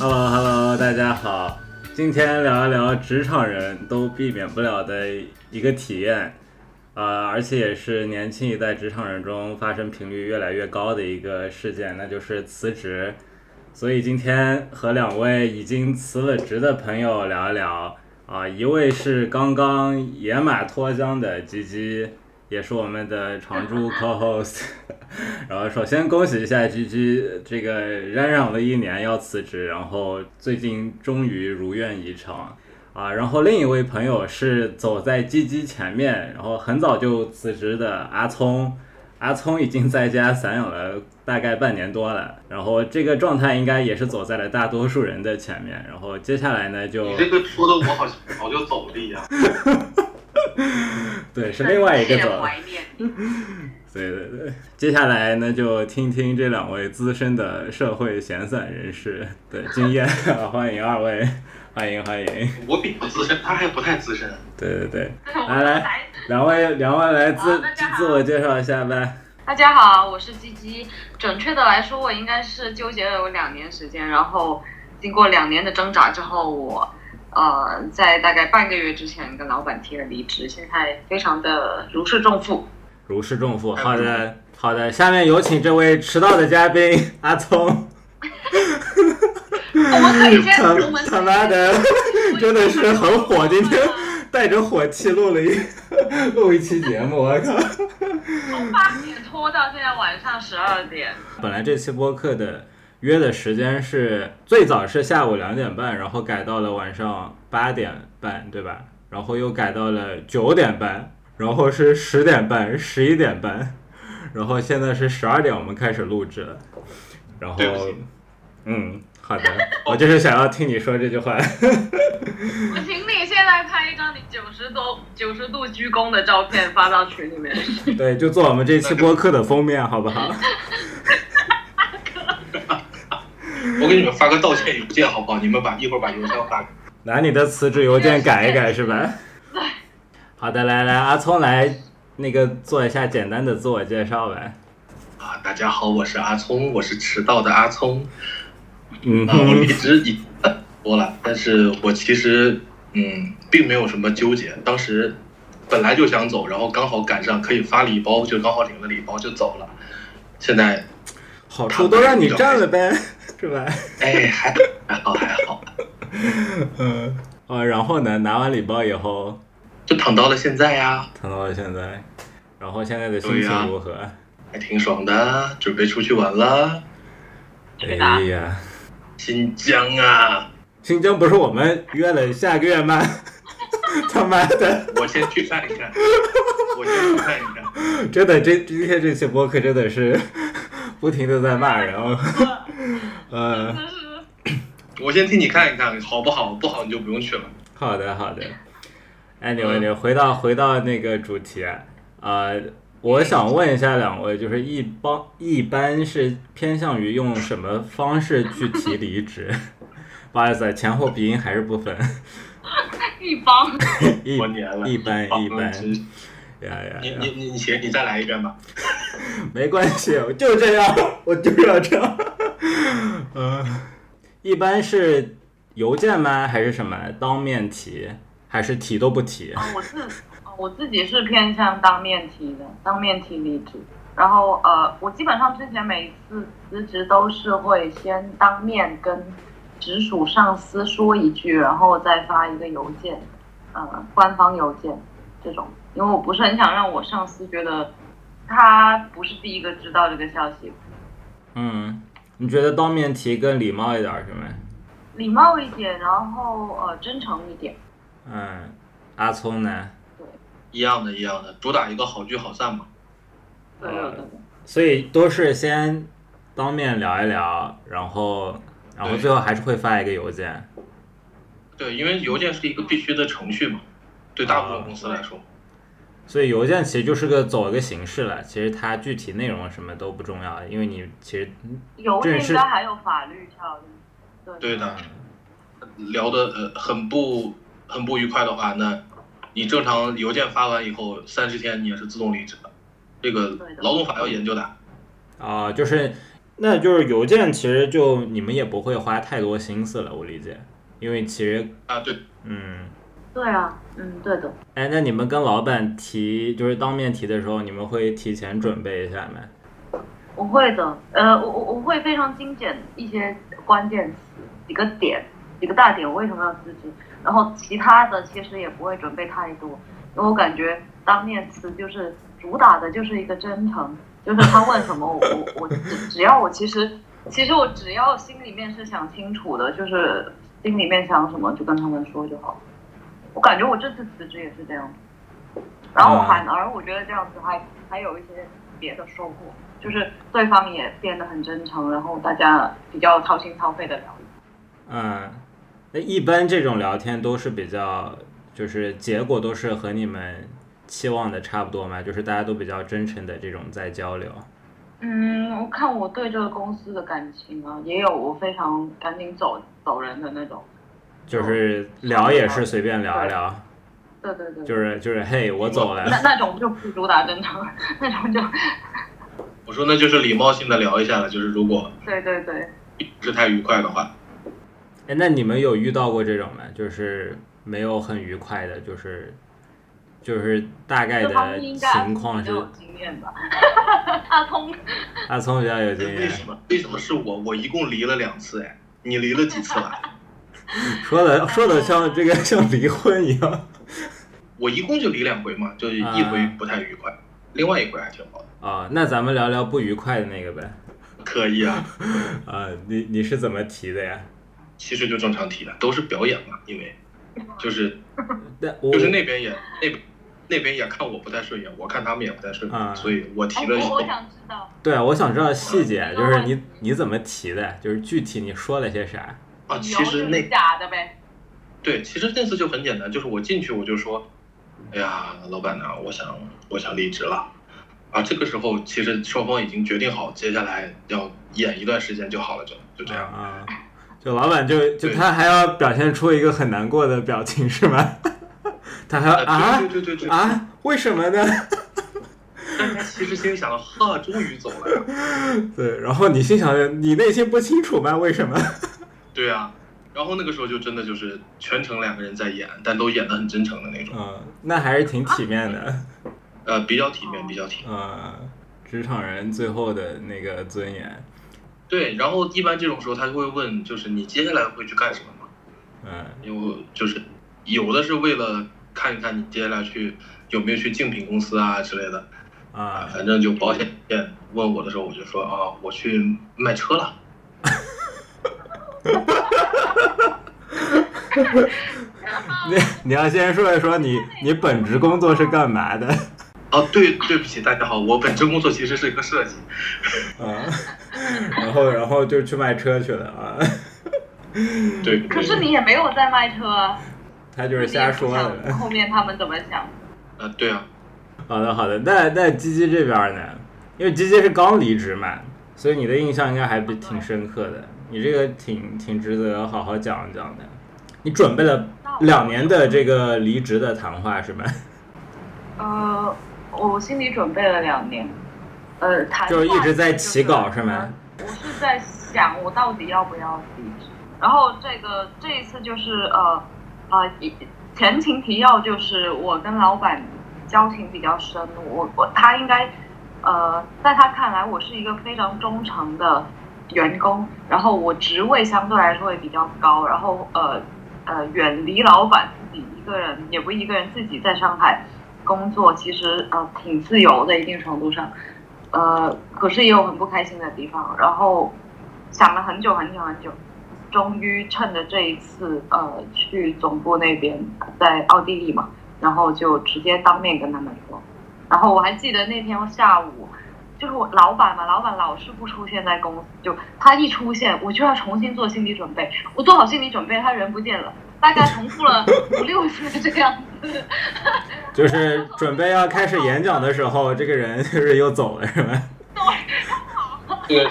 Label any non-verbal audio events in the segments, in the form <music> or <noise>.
Hello Hello，大家好，今天聊一聊职场人都避免不了的一个体验，呃，而且也是年轻一代职场人中发生频率越来越高的一个事件，那就是辞职。所以今天和两位已经辞了职的朋友聊一聊啊、一位是刚刚野马脱缰的吉吉，也是我们的常驻 co-host。然后首先恭喜一下居居，这个嚷嚷了一年要辞职，然后最近终于如愿以偿啊。然后另一位朋友是走在鸡鸡前面，然后很早就辞职的阿聪，阿聪已经在家散养了大概半年多了，然后这个状态应该也是走在了大多数人的前面。然后接下来呢，就你这个说的我好像早就走了一样。对是另外一个很走了。怀念你。对对对，接下来呢，就听听这两位资深的社会闲散人士的经 <laughs> 验，欢迎二位，欢迎欢迎。我比较资深，他还不太资深。对对对，我来来来，两位两位来自好大自家好自我介绍一下呗。大家好，我是鸡鸡。准确的来说，我应该是纠结了有两年时间，然后经过两年的挣扎之后，我呃在大概半个月之前跟老板提了离职，现在非常的如释重负。如释重负。哎好的好的，下面有请这位迟到的嘉宾阿 <laughs> 聪。我们可以先，他我们他妈 <laughs> 的，真的是很火，今天带着火气录了一录一期节目，我靠。从八点拖到现在晚上十二点。本来这期播客的约的时间是最早是下午两点半，然后改到了晚上八点半，对吧？然后又改到了九点半，然后是十点半、十一点半， <laughs> 然后现在是十二点，我们开始录制了。然后对不起，嗯，好的，我就是想要听你说这句话。 <laughs> 我请你现在拍一张你九十多九十度鞠躬的照片发到群里面。对，就做我们这期播客的封面，好不好？我给你们发个道歉邮件好不好？你们把一会儿把邮箱发给我。拿你的辞职邮件改一改是吧？好的，来来，阿聪来那个做一下简单的自我介绍呗。啊，大家好，我是阿聪，我是迟到的阿聪。嗯啊，我离职已经多了，但是我其实嗯，并没有什么纠结。当时本来就想走，然后刚好赶上可以发礼包，就刚好领了礼包就走了。现在好处都让你占了呗，是吧？哎，还还好还好，嗯。哦，然后呢？拿完礼包以后，就躺到了现在呀、谈到了现在，然后现在的心对呀情如何？还挺爽的，准备出去玩了。去哪哎呀，新疆啊， <laughs> 新疆不是我们约了下个月吗？他妈的，我先去看一看，我先去看一看。真的，这今天这期播客真的是不停的在骂人哦。呃，真是我先替你看一看好不好，不好你就不用去了。好的，好的。哎，你们，你们回到回到那个主题啊，呃，我想问一下两位，就是一帮一般是偏向于用什么方式去提离职？ <laughs> 不好意思，前后鼻音还是不分。一帮。一过年了，一般一般真是呀呀你呀，你你你行，你再来一遍吧。没关系，我就这样，我就是要这样。 <laughs> 嗯，一般是邮件吗？还是什么当面提？还是提都不提？啊，我自啊我自己是偏向当面提的，当面提离职。然后呃，我基本上之前每次辞职都是会先当面跟直属上司说一句，然后再发一个邮件，呃，官方邮件这种，因为我不是很想让我上司觉得他不是第一个知道这个消息，嗯，你觉得当面提更礼貌一点儿是吗？礼貌一点，然后呃，真诚一点。嗯，阿聪呢？一样的，一样的，主打一个好聚好散嘛。对呃对对。所以都是先当面聊一聊，然后然后对最后还是会发一个邮件。对，因为邮件是一个必须的程序嘛，对大部啊分公司来说。所以邮件其实就是个走一个形式了，其实它具体内容什么都不重要，因为你其实邮件这是应该还有法律效力。对的，嗯聊的呃很不很不愉快的话，那你正常邮件发完以后，三十天你也是自动离职的。这个对的劳动法要研究的。啊、就是那就是邮件，其实就你们也不会花太多心思了，我理解，因为其实啊，对，嗯，对啊，嗯，对的。哎，那你们跟老板提，就是当面提的时候，你们会提前准备一下吗？我会的，呃，我我我会非常精简一些关键词，几个点，几个大点，我为什么要辞职，然后其他的其实也不会准备太多，因为我感觉当面辞就是主打的就是一个真诚，就是他问什么我我我只只要我其实其实我只要心里面是想清楚的，就是心里面想什么就跟他们说就好了。我感觉我这次辞职也是这样，然后我反而我觉得这样子还还有一些别的收获。就是对方也变得很真诚，然后大家比较掏心掏肺的聊。嗯，那一般这种聊天都是比较，就是结果都是和你们期望的差不多嘛，就是大家都比较真诚的这种在交流。嗯，我看我对这个公司的感情啊，也有我非常赶紧走走人的那种。就是哦聊也是随便聊一聊，对对对，就是就是嘿，我走了。那那种就不主打真诚，那种就我说那就是礼貌性的聊一下了，就是如果对对对，不是太愉快的话，哎，那你们有遇到过这种吗？就是没有很愉快的，就是就是大概就他的们应该情况比是较，有经验吧。阿通，阿聪比较有经为验，什么为什么是我？我一共离了两次，哎，你离了几次了？说的说的像这个像离婚一样 <laughs> 我一共就离两回嘛，就一回不太愉快，另外一回还挺好的。啊。那咱们聊聊不愉快的那个呗。可以啊，啊，你你是怎么提的呀？其实就正常提的，都是表演嘛，因为就是但我就是那边也那边那边也看我不太顺眼，我看他们也不太顺眼，啊所以我哎提了一我我个。想知道，对，啊我想知道细节，嗯就是你你怎么提的，就是具体你说了些啥。啊，理其由就实是那假的呗。对，其实那次就很简单，就是我进去我就说，哎呀，老板呐、我想我想离职了。啊，这个时候其实双方已经决定好，接下来要演一段时间就好了，就就这样。啊，就老板就就对他还要表现出一个很难过的表情是吗？ <laughs> 他还要啊，啊对对对对对。啊，为什么呢？ <laughs> 但是他其实心里想的，呵，终于走了。对，然后你心想，你内心不清楚吗？为什么？对啊，然后那个时候就真的就是全程两个人在演，但都演的很真诚的那种，嗯， <laughs> 那还是挺体面的。 <laughs> 呃，比较体面，比较体面。嗯，职场人最后的那个尊严。对，然后一般这种时候他就会问，就是你接下来会去干什么吗？嗯因为就是有的是为了看一看你接下来去有没有去竞品公司啊之类的啊，啊，反正就保险店问我的时候，我就说啊，我去卖车了。你 <laughs> 你要先说一说你你本职工作是干嘛的？哦，对，对不起，大家好，我本职工作其实是一个设计， <laughs> 啊，然后然后就去卖车去了啊，对，嗯可是对你也没有在卖车啊，他就是瞎说你也的不。想后面他们怎么想？啊，对啊，好的，好的。那那鸡鸡这边呢？因为鸡鸡是刚离职嘛，所以你的印象应该还不挺深刻的。你这个挺挺值得好好讲一讲的。你准备了两年的这个离职的谈话是吗？ <laughs> 呃，我心理准备了两年，呃，谈就是一直在起稿话是吗？嗯我是在想我到底要不要离职，然后这个这一次就是呃啊、一前情提要就是我跟老板交情比较深，我我他应该呃在他看来我是一个非常忠诚的员工，然后我职位相对来说也比较高，然后呃呃远离老板自己一个人，也不一个人自己在上海工作，其实呃挺自由的，一定程度上，呃可是也有很不开心的地方，然后想了很久很久很久。终于趁着这一次，呃，去总部那边，在奥地利嘛，然后就直接当面跟他们说。然后我还记得那天下午，就是我老板嘛，老板老是不出现在公司，就他一出现，我就要重新做心理准备。我做好心理准备，他人不见了，大概重复了五六次这样子。就是准备要开始演讲的时候，这个人就是又走了是吗？哦对，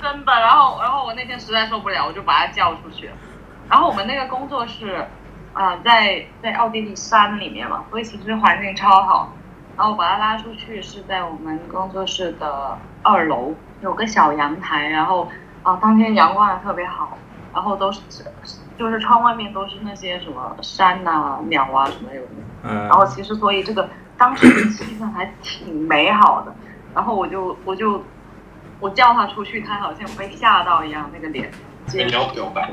真的。然后，然后我那天实在受不了，我就把他叫出去了。然后我们那个工作室，啊、在在奥地利山里面嘛，所以其实环境超好。然后我把他拉出去是在我们工作室的二楼有个小阳台，然后啊，当天阳光还特别好，然后都是就是窗外面都是那些什么山呐、鸟啊什么有的，嗯然后其实所以这个当时的气氛还挺美好的，然后我就我就我叫他出去，他好像被吓到一样，那个脸，你要表白，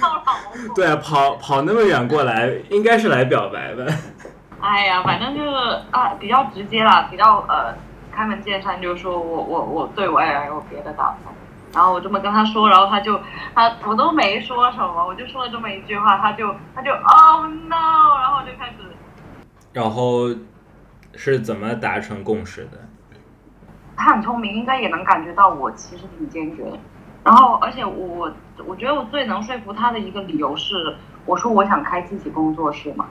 到了我对啊，跑跑那么远过来，应该是来表白的。哎呀，反正就是啊，比较直接啦，比较呃，开门见山，就是说我我我对我爱人有别的打算。然后我这么跟他说，然后他就他我都没说什么，我就说了这么一句话，他就他就 Oh no，然后就开始然后是怎么达成共识的？他很聪明，应该也能感觉到我其实挺坚决的。然后，而且我我觉得我最能说服他的一个理由是，我说我想开自己工作室嘛。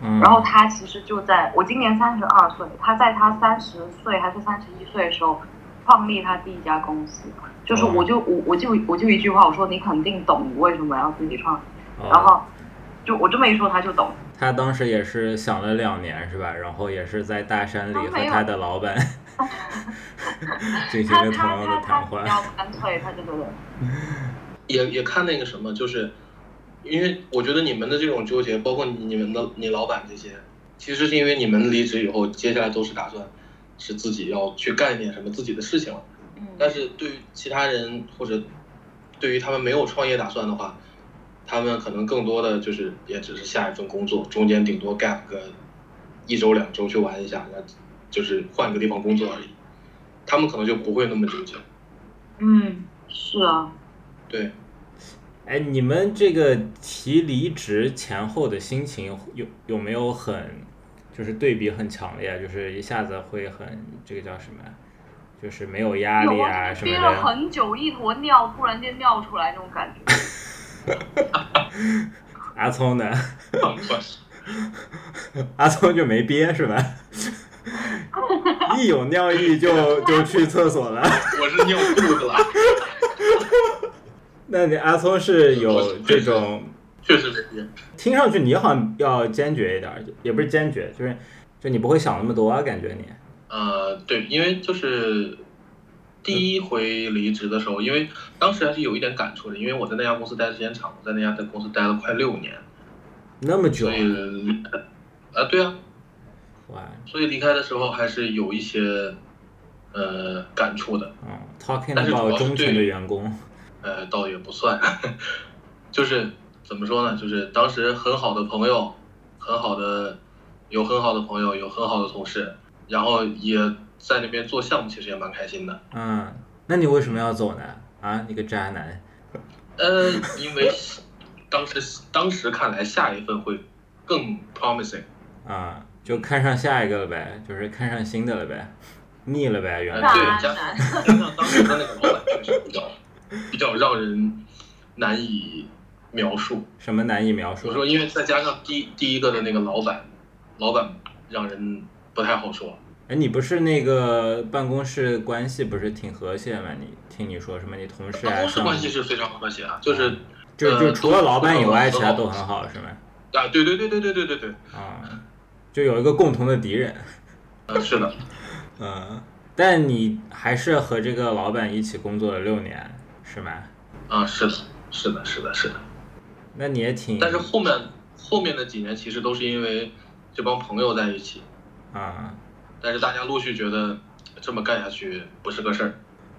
嗯，然后他其实就在我今年三十二岁，他在他三十岁还是三十一岁的时候，创立他第一家公司。就是嗯我就我我就我就一句话，我说你肯定懂你为什么要自己创，哦然后就我这么一说他就懂。他当时也是想了两年是吧？然后也是在大山里他和没有他的老 <laughs> 板进行他了同他样他的他谈比话。较干脆，他这个人。也也看那个什么，就是因为我觉得你们的这种纠结，包括你你们的你老板这些，其实是因为你们离职以后，接下来都是打算是自己要去干一点什么自己的事情了。但嗯，是对于其他人或者对于他们没有创业打算的话，他们可能更多的就是也只是下一份工作，中间顶多 gap 个一周两周去玩一下，那就是换个地方工作而已。他们可能就不会那么纠结。嗯，是啊， <laughs> 对，哎，你们这个提离职前后的心情有有没有很就是对比很强烈啊？就是一下子会很这个叫什么呀？啊就是没有压力有啊啊，什么憋了的。很久一坨尿，突然间尿出来那种感觉。阿聪呢？放宽 <laughs> 阿聪就没憋是吧？ <laughs> 一有尿意 <laughs> 就就去厕所了。 <laughs> 我是尿裤子了，那你阿聪是有这种，确实没憋。听上去你好像要坚决一点儿，也不是坚决，就是就你不会想那么多啊，感觉你。呃，对，因为就是第一回离职的时候，因为当时还是有一点感触的，因为我在那家公司待的时间长，我在那家在公司待了快六年，那么久所，以，啊，对啊，哇，所以离开的时候还是有一些呃感触的，嗯，talking 但是主要 about 是忠对诚的员工，呃，倒也不算， <laughs> 就是怎么说呢，就是当时很好的朋友，很好的有很好的朋友，有很好的同事，然后也在那边做项目，其实也蛮开心的。嗯，那你为什么要走呢？啊，你个渣男，呃，因为当时当时看来下一份会更 promising，啊，就看上下一个了呗，就是看上新的了呗，腻了呗，原呃，来对渣，加男加上当时的那个老板确实比较比较让人难以描述。什么难以描述我，说，因为再加上第第一个的那个老板，老板让人不太好说。哎，你不是那个办公室关系不是挺和谐吗？你听你说什么？你同事办啊，公室上关系是非常和谐啊，就是就就呃除了都老板以外，都其他很都好很好，是吗？啊，对对对对对对对对，啊，就有一个共同的敌人，嗯，是的，嗯，但你还是和这个老板一起工作了六年，是吗？啊，是的，是的，是的，是的。那你也挺，但是后面后面的几年其实都是因为这帮朋友在一起，啊，但是大家陆续觉得这么干下去不是个事儿，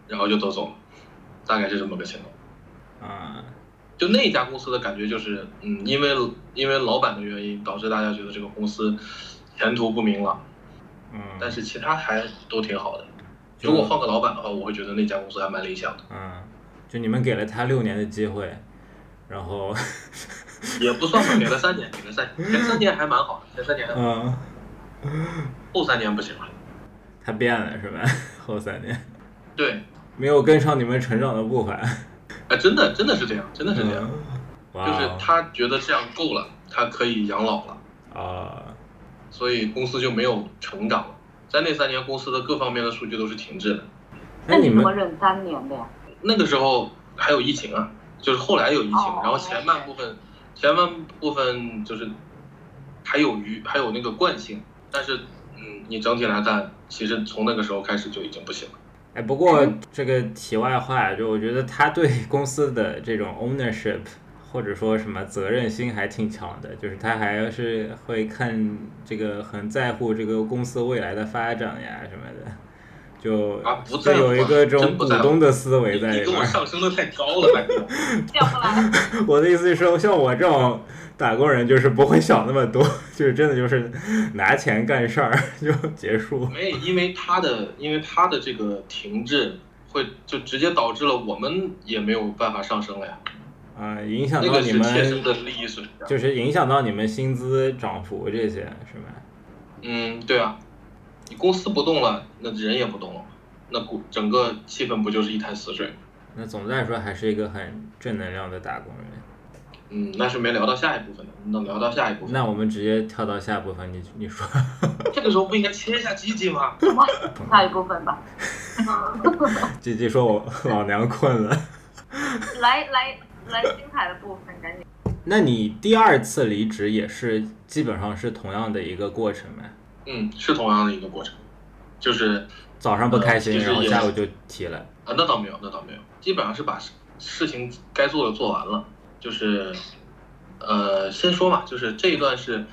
然后就都走了，大概是这么个情况。啊，就那家公司的感觉就是，嗯，因为因为老板的原因，导致大家觉得这个公司前途不明朗，嗯，但是其他还都挺好的。就如果换个老板的话，我会觉得那家公司还蛮 <laughs> 理想的，嗯，就你们给了他六年的机会，然后，也不算吧，给了三年，给了三年，前三年还蛮好的，前三年还好，嗯，后三年不行了。他变了是吧？ <laughs> 后三年对，没有跟上你们成长的步伐，哎，真的真的是这样，真的是这样，嗯，哇就是哦，他觉得这样够了，他可以养老了。啊，所以公司就没有成长了。在那三年，公司的各方面的数据都是停滞的。 <laughs> 那你你怎么们忍三年 <laughs> 的呀？那个时候还有疫情啊，就是后来有疫情，哦然后前半部分，前半部分就是还有余，还有那个惯性，但是嗯，嗯，你整体来看，其实从那个时候开始就已经不行了。哎，不过这个题外话，就我觉得他对公司的这种 ownership 或者说什么责任心还挺强的，就是他还是会看这个很在乎这个公司未来的发展呀什么的，就啊不就在乎有一个这种真股不在乎东的思维你在你里跟边我儿。上升的太高了，感觉。掉不来。我的意思是说，像我这种打工人，就是不会想那么多， <laughs> 就是真的就是拿钱干事儿 <laughs> 就结束。没，因为他的，因为他的这个停滞，会就直接导致了我们也没有办法上升了呀。啊、影响那到个你是切身们，的利益损失啊。就是影响到你们薪资涨幅这些是吧？嗯，对啊，你公司不动了，那人也不动了，那股整个气氛不就是一潭死水？那总的来说还是一个很正能量的打工人。嗯，那是没聊到下一部分的，那聊到下一部分，那我们直接跳到下部分，你你说，这个时候不应该切一下鸡鸡吗？下一部分吧，姐姐说我 <laughs> 老娘困了。来来来，精彩的部分赶紧。那你第二次离职也是基本上是同样的一个过程呗？ <laughs> 嗯，是同样的一个过程，就是早上不开心，呃其实然后也下是午就提了。啊，那倒没有，那倒没有，基本上是把事事情该做的做完了。就是，呃，先说嘛，就是这一段是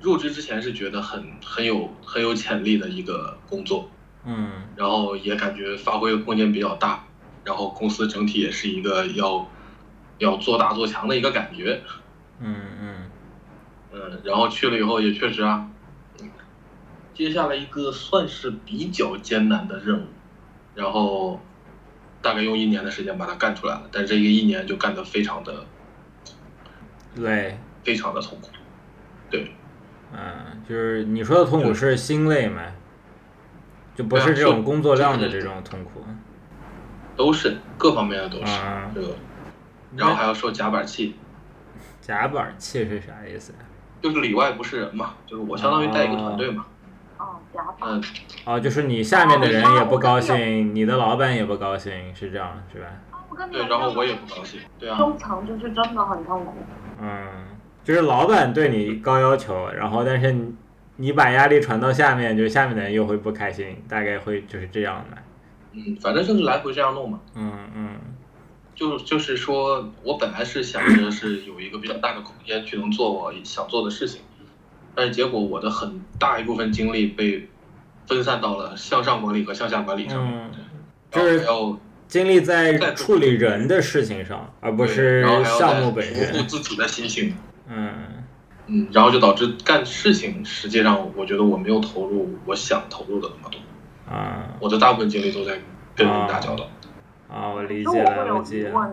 入职之前是觉得很很有很有潜力的一个工作，嗯然后也感觉发挥的空间比较大，然后公司整体也是一个要要做大做强的一个感觉。嗯嗯，嗯，然后去了以后也确实啊，嗯接下来一个算是比较艰难的任务，然后大概用一年的时间把它干出来了，但这一个一年就干得非常的累。非常的痛苦，对，嗯，就是你说的痛苦是心累吗？就啊不是这种工作量的这种痛苦。都是各方面的都是啊这个，然后还要受夹板气，夹板气是啥意思啊？就是里外不是人嘛，就是我相当于带一个团队嘛，哦，甲板嗯，哦，就是你下面的人也不高兴，哦你的老板也不高兴，是这样是吧？我跟你对，然后我也不高兴，对啊，中层就是真的很痛苦。嗯，就是老板对你高要求，然后但是你你把压力传到下面，就下面的人又会不开心，大概会就是这样的。嗯，反正就是来回这样弄嘛。嗯嗯就就是说，我本来是想着是有一个比较大的空间去能做我想做的事情，但是结果我的很大一部分精力被分散到了向上管理和向下管理上面，嗯，就然后是还要精力在处理人的事情上，而不是然后还要项目再本服务身。自己的心情，嗯嗯，然后就导致干事情实际上我觉得我没有投入我想投入的那么多，啊。我的大部分精力都在跟人打交道。啊，我理就解我会了，有我记疑了。问，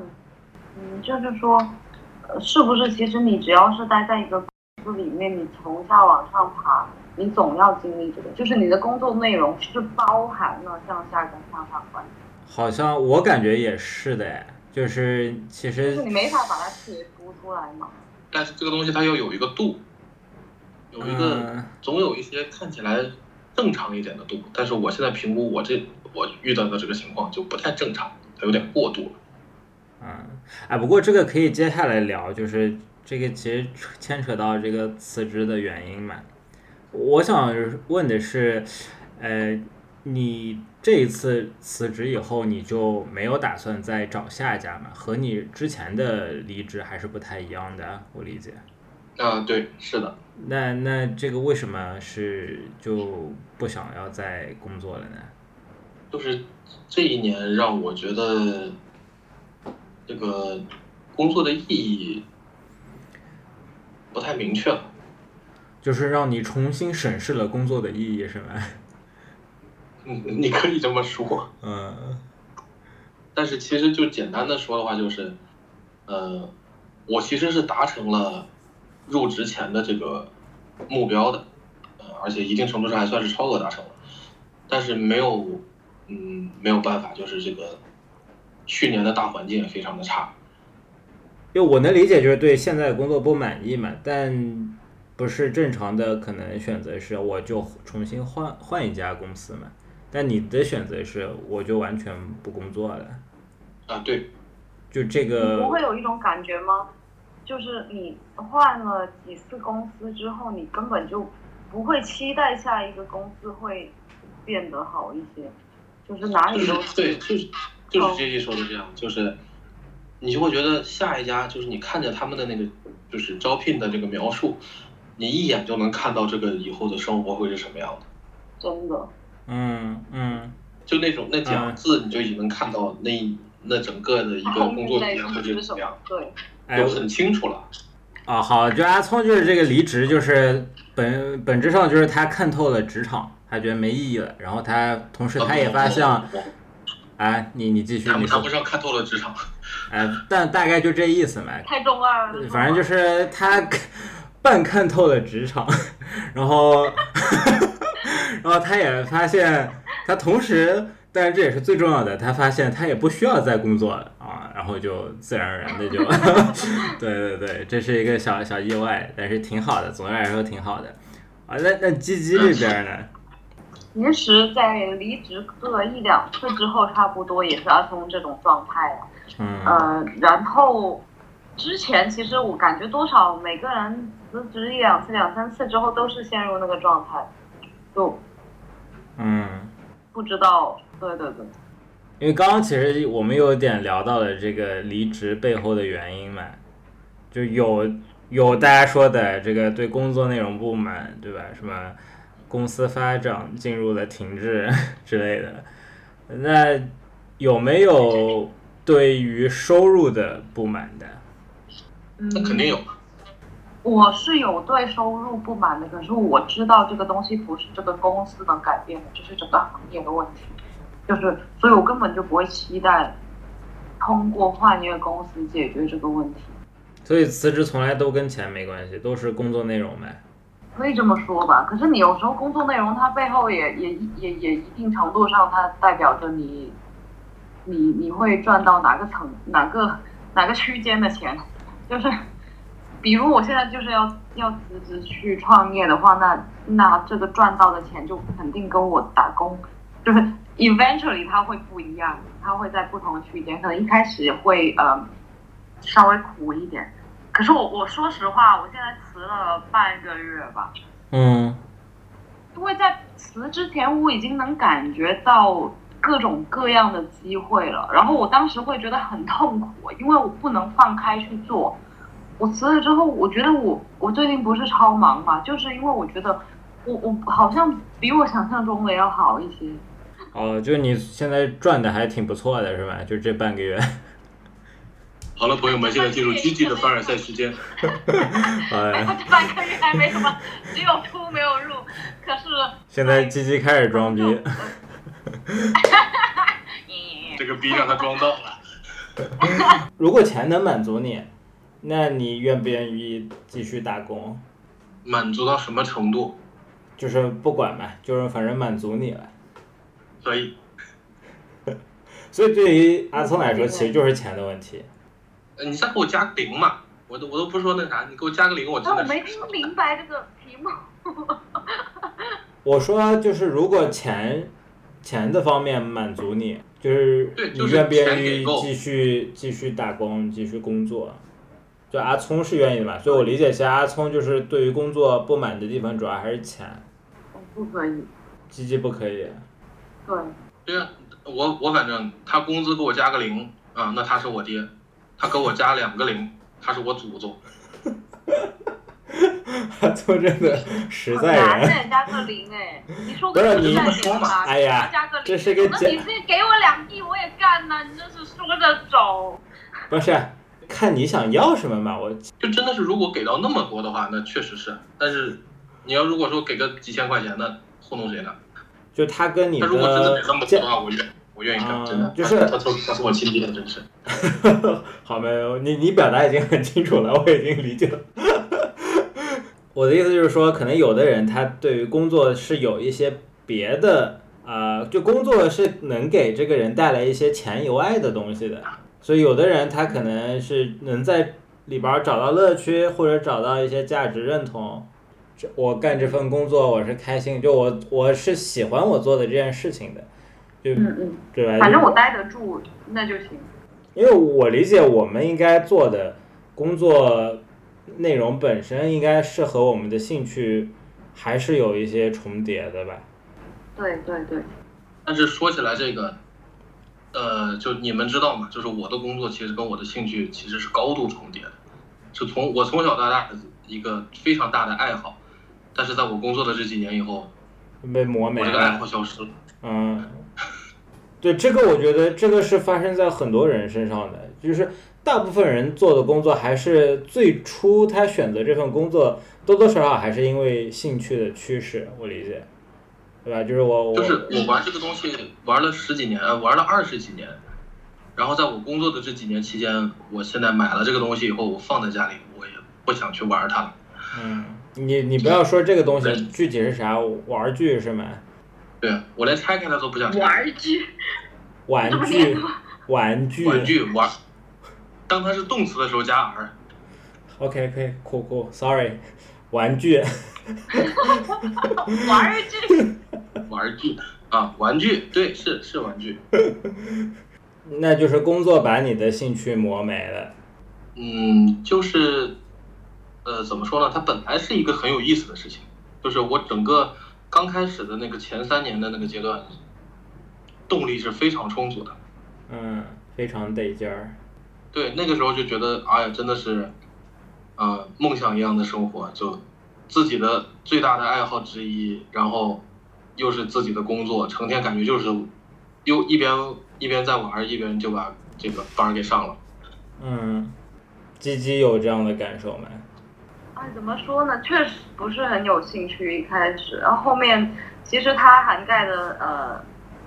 嗯，就是说，呃是不是其实你只要是待在一个公司里面，你从下往上爬，你总要经历这个，就是你的工作内容是包含了向下跟向上管理，好像我感觉也是的哎，就是其就是实你没法把它切割出来嘛。但是这个东西它要有一个度，有一个、嗯总有一些看起来正常一点的度，但是我现在评估我这我遇到的这个情况就不太正常，它有点过度了。嗯，哎，不过这个可以接下来聊，就是这个其实牵扯到这个辞职的原因嘛。我想问的是，呃，你这一次辞职以后，你就没有打算再找下一家吗？和你之前的离职还是不太一样的，我理解。啊、对，是的，那那这个为什么是就不想要再工作了呢？就是这一年让我觉得这个工作的意义不太明确了。就是让你重新审视了工作的意义，是吗？嗯，你可以这么说，嗯但是其实就简单的说的话，就是，呃，我其实是达成了入职前的这个目标的，呃，而且一定程度上还算是超额达成了，但是没有，嗯，没有办法，就是这个去年的大环境也非常的差，因为我能理解，就是对现在的工作不满意嘛，但不是正常的可能选择是我就重新换换一家公司嘛。但你的选择是我就完全不工作了，啊、对，就这你呃个嗯不会有一种感觉吗？就是你换了几次公司之后，你根本就不会期待下一个公司会变得好一些，就是哪就里是都对，就是就是 J J 说的这样，就是你就会觉得下一家就是你看着他们的那个就是招聘的这个描述，你一眼就能看到这个以后的生活会是什么样的。真的。嗯嗯，就那种那几行嗯字，你就已经能看到那一那整个的一他个后工面作再体验会是是怎什么样么，？对，哎就很清楚了。啊，好，就阿聪就是这个离职，就是本本质上就是他看透了职场，他觉得没意义了，然后他同时他也发现，我哎，你你继续，谈你哦不谈说不，上看透了职 <laughs> 场，哎，但大概就这意思嘛，太中二了。反正就是他半看透了职场，然后， <laughs> 然后他也发现，他同时，但是这也是最重要的，他发现他也不需要再工作了啊，然后就自然而然的就， <laughs> 对对对，这是一个小小意外，但是挺好的，总的来说挺好的。啊，那那鸡鸡这边呢？其实，在离职个一两次之后，差不多也是阿聪这种状态了。嗯呃，然后之前其实我感觉多少每个人辞职一两次、两三次之后，都是陷入那个状态，就嗯。不知道。对对对，因为刚刚其实我们有点聊到了这个离职背后的原因嘛，就有有大家说的这个对工作内容不满，对吧？什么公司发展进入了停滞 <laughs> 之类的，那有没有对于收入的不满的？嗯，那肯定有。我是有对收入不满的，可是我知道这个东西不是这个公司能改变的，这是整个行业的问题，就是，所以我根本就不会期待通过换一个公司解决这个问题，所以辞职从来都跟钱没关系，都是工作内容呗。可以这么说吧。可是你有时候工作内容它背后也也也也一定程度上它代表着你，你你会赚到哪个层哪个哪个区间的钱，就是。比如我现在就是要要辞职去创业的话，那那这个赚到的钱就肯定跟我打工，就是 eventually 它会不一样，它会在不同的区间，可能一开始会呃稍微苦一点。可是我我说实话，我现在辞了半个月吧，嗯因为在辞之前我已经能感觉到各种各样的机会了，然后我当时会觉得很痛苦，因为我不能放开去做。我辞了之后，我觉得我我最近不是超忙嘛，就是因为我觉得我我好像比我想象中的要好一些。哦，就你现在赚的还挺不错的是吧？就这半个月， <laughs> 好了，朋友们，现在进入 G G 的凡尔赛时间。哎，我这半个月还没什么，只有出没有入。可是呃现在鸡鸡开始装逼。 <laughs> 这个逼让他装到了。如果钱能满足你，那你愿不愿意继续打工？满足到什么程度？就是不管嘛，就是反正满足你了。可以，所以对于阿聪来说，其实就是钱的问题。呃你再给我加个零嘛，我都我都不说那啥，你给我加个零，我真那我的哦没是听明白这个题目。我说就是，如果钱钱的方面满足你，就是对你就是愿不愿钱意给够继续继续打工、继续工作？就阿聪是愿意的嘛，所以我理解一下，阿聪就是对于工作不满的地方，主要还是钱。我不可以，鸡鸡不可以，对，对啊，我我反正他工资给我加个零啊，那他是我爹，他给我加两个零，他是我祖宗。阿聪真的实很在难人。呢，加个零哎，你说不个是实你在说点嘛吧，哎呀加个零，这是个那假你是给我两亿我也干呐，你这是说着走。不是，看你想要什么嘛。我就真的是，如果给到那么多的话，那确实是。但是你要如果说给个几千块钱，那糊弄谁呢？就他跟你他如果真的给那的么多的见，话，我愿我愿意干，真啊的。就是他他他他是我亲爹，真是。 <laughs> 好没有你你表达已经很清楚了，我已经理解了。我的意思就是说，可能有的人他对于工作是有一些别的啊、呃就工作是能给这个人带来一些钱以外的东西的，所以有的人他可能是能在里边儿找到乐趣，或者找到一些价值认同。这我干这份工作我是开心，就我我是喜欢我做的这件事情的，就嗯对吧？嗯，反正就我待得住，那就行。因为我理解我们应该做的工作内容本身应该是和我们的兴趣还是有一些重叠的吧。对对对，但是说起来这个，呃，就你们知道吗？就是我的工作其实跟我的兴趣其实是高度重叠的，是从我从小到大的一个非常大的爱好，但是在我工作的这几年以后，被磨没我这个爱了。好消失了。嗯，对，这个我觉得这个是发生在很多人身上的，就是大部分人做的工作还是最初他选择这份工作多多少少还是因为兴趣的驱使，我理解，对吧？就是我我就是我玩这个东西玩了十几年，呃玩了二十几年，然后在我工作的这几年期间，我现在买了这个东西以后，我放在家里，我也不想去玩它了。嗯，你你不要说这个东西具体是啥玩具是吗？对我连拆开它都不想拆。玩具，玩具，玩具玩具玩儿，当它是动词的时候加 r， ，OK 可以，酷酷，Sorry，玩 <laughs> 具， <laughs> 玩具，玩具啊，玩具，对，是是玩具。那就是工作把你的兴趣磨没了。嗯，就是，呃，怎么说呢？它本来是一个很有意思的事情，就是我整个刚开始的那个前三年的那个阶段，动力是非常充足的。嗯，非常得劲儿。对，那个时候就觉得，哎呀，真的是，呃，梦想一样的生活，就自己的最大的爱好之一，然后又是自己的工作，成天感觉就是又一边一边在玩儿，一边就把这个班儿给上了。嗯，鸡鸡有这样的感受吗？哎，怎么说呢？确实不是很有兴趣一开始，然后后面其实它涵盖的呃，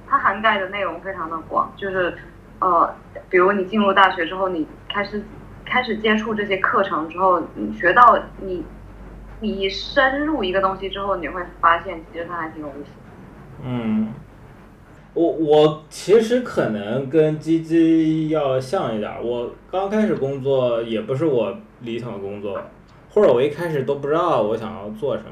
它涵盖的内容非常的广，就是呃，比如你进入大学之后，你开始开始接触这些课程之后，你学到你你深入一个东西之后，你会发现其实它还挺有意思的。嗯，我我其实可能跟鸡鸡要像一点儿。我刚开始工作也不是我理想的工作，或者我一开始都不知道我想要做什么，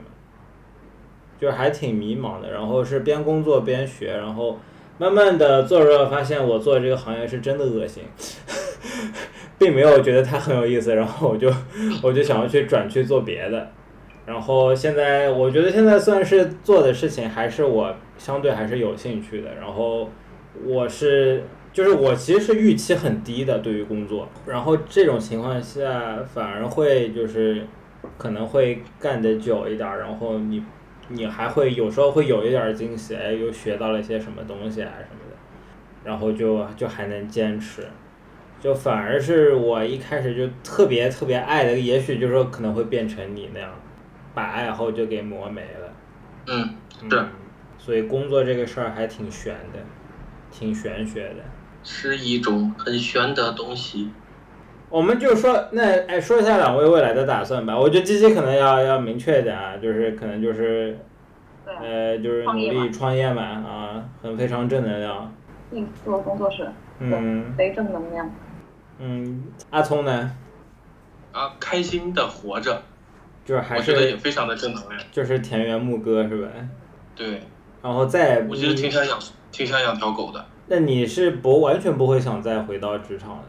就是还挺迷茫的。然后是边工作边学，然后慢慢的做着做着发现我做这个行业是真的恶心， <laughs> 并没有觉得它很有意思。然后我就我就想要去转去做别的。然后现在我觉得现在算是做的事情，还是我相对还是有兴趣的。然后我是就是我其实是预期很低的对于工作，然后这种情况下反而会就是可能会干得久一点儿，然后你你还会有时候会有一点儿惊喜，哎，又学到了一些什么东西啊什么的，然后就就还能坚持。就反而是我一开始就特别特别爱的，也许就是说可能会变成你那样，把爱好就给磨没了。嗯，嗯、对，所以工作这个事儿还挺玄的，挺玄学的。是一种很玄的东西。我们就说那哎，说一下两位未来的打算吧。我觉得鸡鸡可能要要明确一点啊，就是可能就是对啊，呃，就是努创业嘛力创业嘛啊，很非常正能量。自己做工作室，嗯贼正能量。嗯，阿聪呢，啊，开心的活着，就是还我觉得也是非常的正能量。就是田园牧歌是吧？对，然后再也不我其实挺想养，挺想养条狗的，那你是不完全不会想再回到职场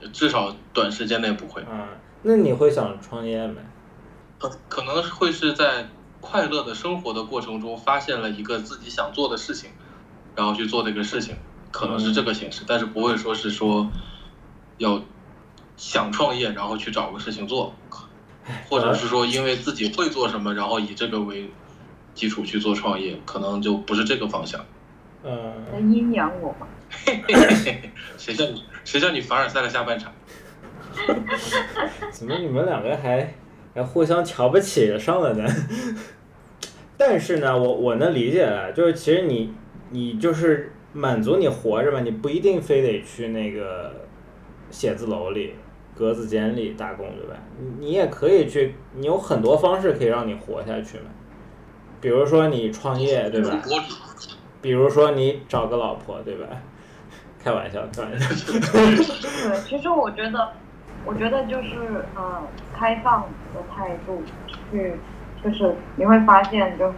的，至少短时间内不会。嗯，那你会想创业没？可可能会是在快乐的生活的过程中，发现了一个自己想做的事情，然后去做这个事情，可能是这个形式，但是不会说是说要想创业，然后去找个事情做，或者是说因为自己会做什么，然后以这个为基础去做创业，可能就不是这个方向。能嗯，阴阳我吗？谁叫你谁叫你凡尔赛了下半场？怎么你们两个还还互相瞧不起上了呢？ <laughs> 但是呢，我我能理解了，就是其实你你就是满足你活着吧，你不一定非得去那个写字楼里、格子间里打工，对吧？你你也可以去，你有很多方式可以让你活下去嘛，比如说你创业，对吧？博主比如说你找个老婆，对吧？ <laughs> 开玩笑，开玩笑。对，其实我觉得，我觉得就是呃，开放的态度去，就是你会发现，就是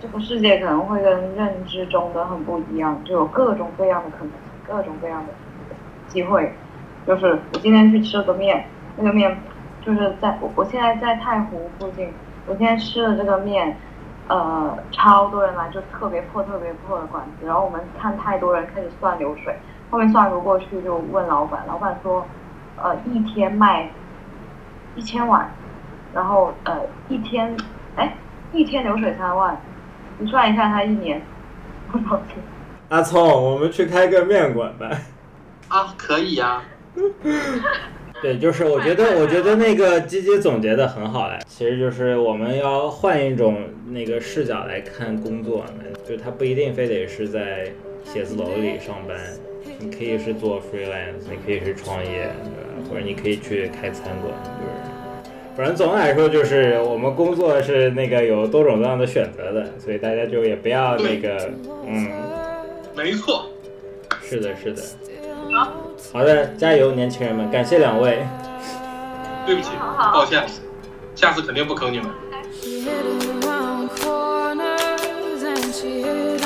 这个世界可能会跟认知中的很不一样，就有各种各样的可能性，各种各样的机会。就是我今天去吃了个面，那个面就是在我我现在在太湖附近，我今天吃了这个面，呃，超多人来就特别破、特别破的馆子，然后我们看太多人开始算流水，后面算不过去就问老板，老板说，呃，一天卖一千碗，然后呃一天，哎，一天流水三万，你算一下他一年多少钱？阿聪，我们去开个面馆吧。啊，可以呀、对，就是我觉得，我觉得那个鸡鸡总结的很好嘞。其实就是我们要换一种那个视角来看工作嘛，就它不一定非得是在写字楼里上班，你可以是做 freelance，你可以是创业，对吧？或者你可以去开餐馆，就是。反正总的来说，就是我们工作是那个有多种多样的选择的，所以大家就也不要那个，嗯，没错。是的，是的。好的，加油，年轻人们！感谢两位。对不起，抱歉，下次肯定不坑你们。 She hid around corners and she hid